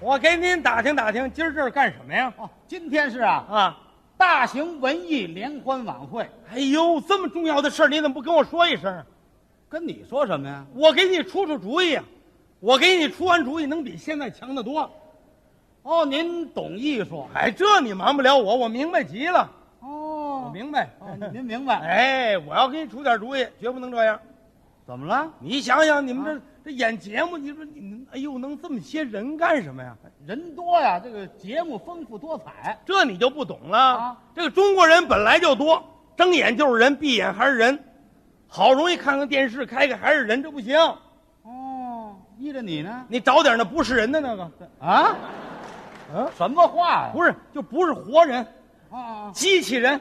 我给您打听打听，今儿这儿干什么呀？哦，今天是啊，啊，大型文艺联欢晚会，哎呦，这么重要的事儿，你怎么不跟我说一声？跟你说什么呀？我给你出出主意啊，我给你出完主意，能比现在强得多。哦，您懂艺术哎，这你瞒不了我，我明白极了，我哦，明白。 哦您明白？哎，我要给你出点主意，绝不能这样。怎么了？你想想，你们这、这演节目，你说你们，哎呦，能这么些人干什么呀？人多呀，这个节目丰富多彩。这你就不懂了。啊这个中国人本来就多，睁眼就是人，闭眼还是人。好容易看看电视，开开还是人，这不行。哦，依着你呢？你找点那不是人的那个，啊？嗯什么话呀？不是就不是活人，是啊，机器人。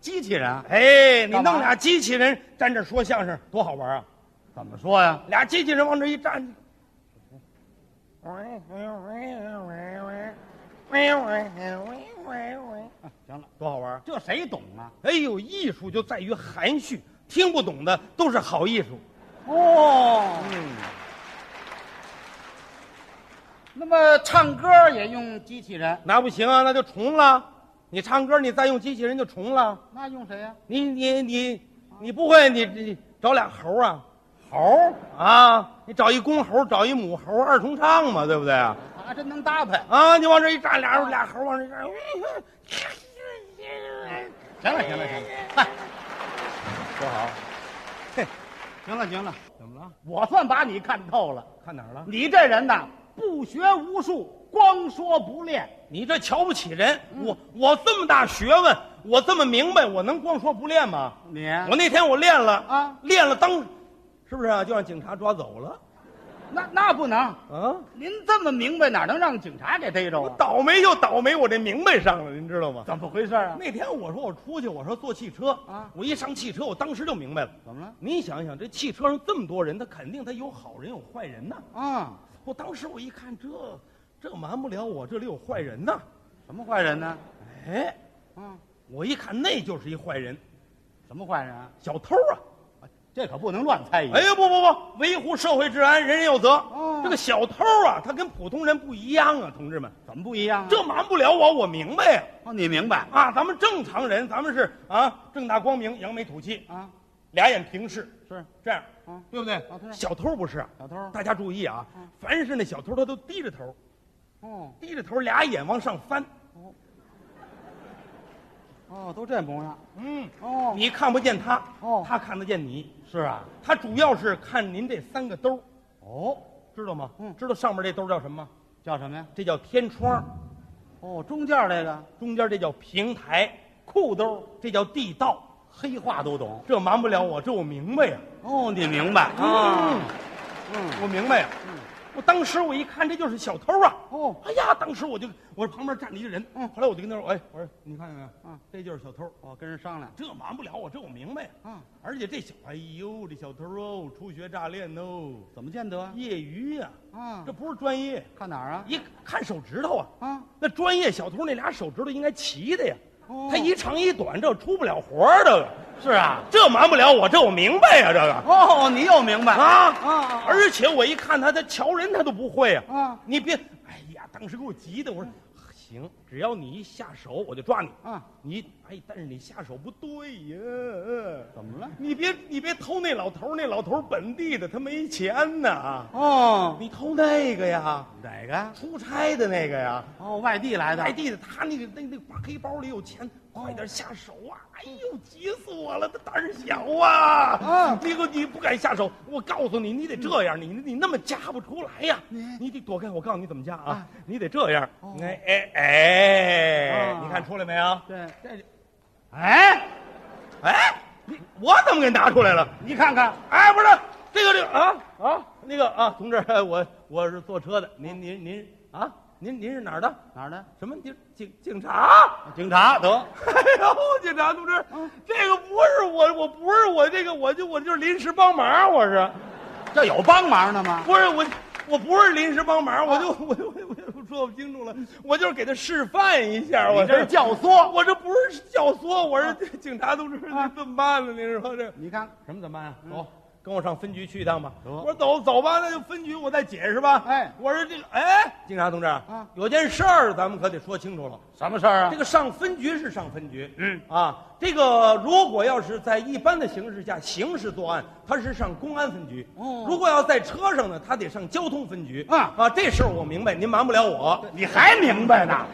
机器人哎，你干嘛弄俩机器人站这说相声，多好玩啊！怎么说呀？俩机器人往这一站，啊行了，多好玩啊！这谁懂啊？哎呦，艺术就在于含蓄，听不懂的都是好艺术。哦，嗯，那么唱歌也用机器人，那不行啊，那就重了。你唱歌，你再用机器人就重了。那用谁呀？你你你你不会，你你找俩猴啊猴，啊！你找一公猴，找一母猴，二重唱嘛，对不对啊？还真能搭配。啊，你往这一站，俩俩猴往这一站，行了，行了，行了，嗨，多好。嘿，行了，行了，怎么了？我算把你看透了。看哪儿了？你这人呐，不学无术，光说不练。你这瞧不起人！嗯我我这么大学问，我这么明白，我能光说不练吗？你我那天我练了啊练了当，是不是啊？就让警察抓走了那那不能。啊？您这么明白，哪能让警察给逮着我啊？倒霉就倒霉，我这明白上了，您知道吗？怎么回事啊？那天我说我出去，我说坐汽车啊我一上汽车，我当时就明白了。怎么了？您想想，这汽车上这么多人，他肯定他有好人有坏人呐。啊，我当时我一看，这这瞒不了我，这里有坏人呐。什么坏人呢？哎，啊，我一看那就是一坏人，什么坏人啊？小偷啊！这可不能乱猜疑。哎呦不不不，维护社会治安，人人有责。哦这个小偷啊，他跟普通人不一样啊，同志们，怎么不一样、啊？这瞒不了我，我明白呀、哦，你明白啊。咱们正常人，咱们是啊，正大光明，扬眉吐气，啊？俩眼平视，是这样，啊，对不对？小偷小偷不是啊，小偷。大家注意啊，凡是那小偷，他都低着头，哦低着头，俩眼往上翻，哦，都这模样。嗯，哦你看不见他，哦他看得见你，是啊。他主要是看您这三个兜，哦，知道吗？嗯知道上面这兜叫什么吗？叫什么呀？这叫天窗，哦，中间这个中间这叫平台，裤兜这叫地道，黑话都懂。这瞒不了我，这我明白呀、哦，你明白嗯，嗯，我明白呀、我当时我一看，这就是小偷啊！哦，哎呀，当时我就我旁边站着一个人，嗯后来我就跟他说，哎，我说你看见没有？嗯，这就是小偷，哦，跟人商量。这瞒不了我，这我明白呀、啊，而且这小，哎呦，这小偷哦，初学乍练哦，怎么见得啊？业余呀、啊这不是专业。看哪儿啊？一看手指头啊，啊，那专业小偷那俩手指头应该齐的呀，哦他一长一短，这出不了活儿，这个是啊。这瞒不了我，这我明白呀、这个哦，你又明白啊，啊而而且我一看他，他瞧人他都不会呀、啊你别，哎呀，当时给我急的，我说行，只要你一下手，我就抓你。啊，你哎，但是你下手不对呀，怎么了？你别你别偷那老头儿，那老头儿本地的，他没钱呐。哦，你偷那个呀，哪个？出差的那个呀，哦，外地来的。外地的，他那个那那把黑包里有钱，快点下手啊！哎呦，急死我了，他胆儿小啊！啊你给我你不敢下手，我告诉你，你得这样，你你那么夹不出来呀、你你得躲开，我告诉你怎么夹啊！啊你得这样，哦哎哎哎，啊你看出来没有？对，这，哎，哎，你我怎么给拿出来了？你看看，哎，不是这个这个啊啊，那个啊，同志，我我是坐车的，您您您啊，您您是哪儿的？哪儿的？什么警警警察？ 警察得。哎呦，警察同志，嗯这个不是我，我不是我，这个我就我就是临时帮忙，我是，这有帮忙的吗？不是我，我不是临时帮忙，我啊就我就我就我说不清楚了，我就是给他示范一下，我你这是教啊唆。我这不啊是教唆，我是警察同志，这怎么办呢？您说这你看，嗯什么怎么办呀？走，跟我上分局去一趟吧。得我说走走吧，那就分局我再解释吧。哎我说这个，哎，警察同志啊有件事儿咱们可得说清楚了。什么事儿啊这个上分局是上分局，嗯啊，这个如果要是在一般的形势下刑事作案，他是上公安分局；哦如果要在车上呢，他得上交通分局。啊啊，这事儿我明白，您瞒不了我。你还明白呢？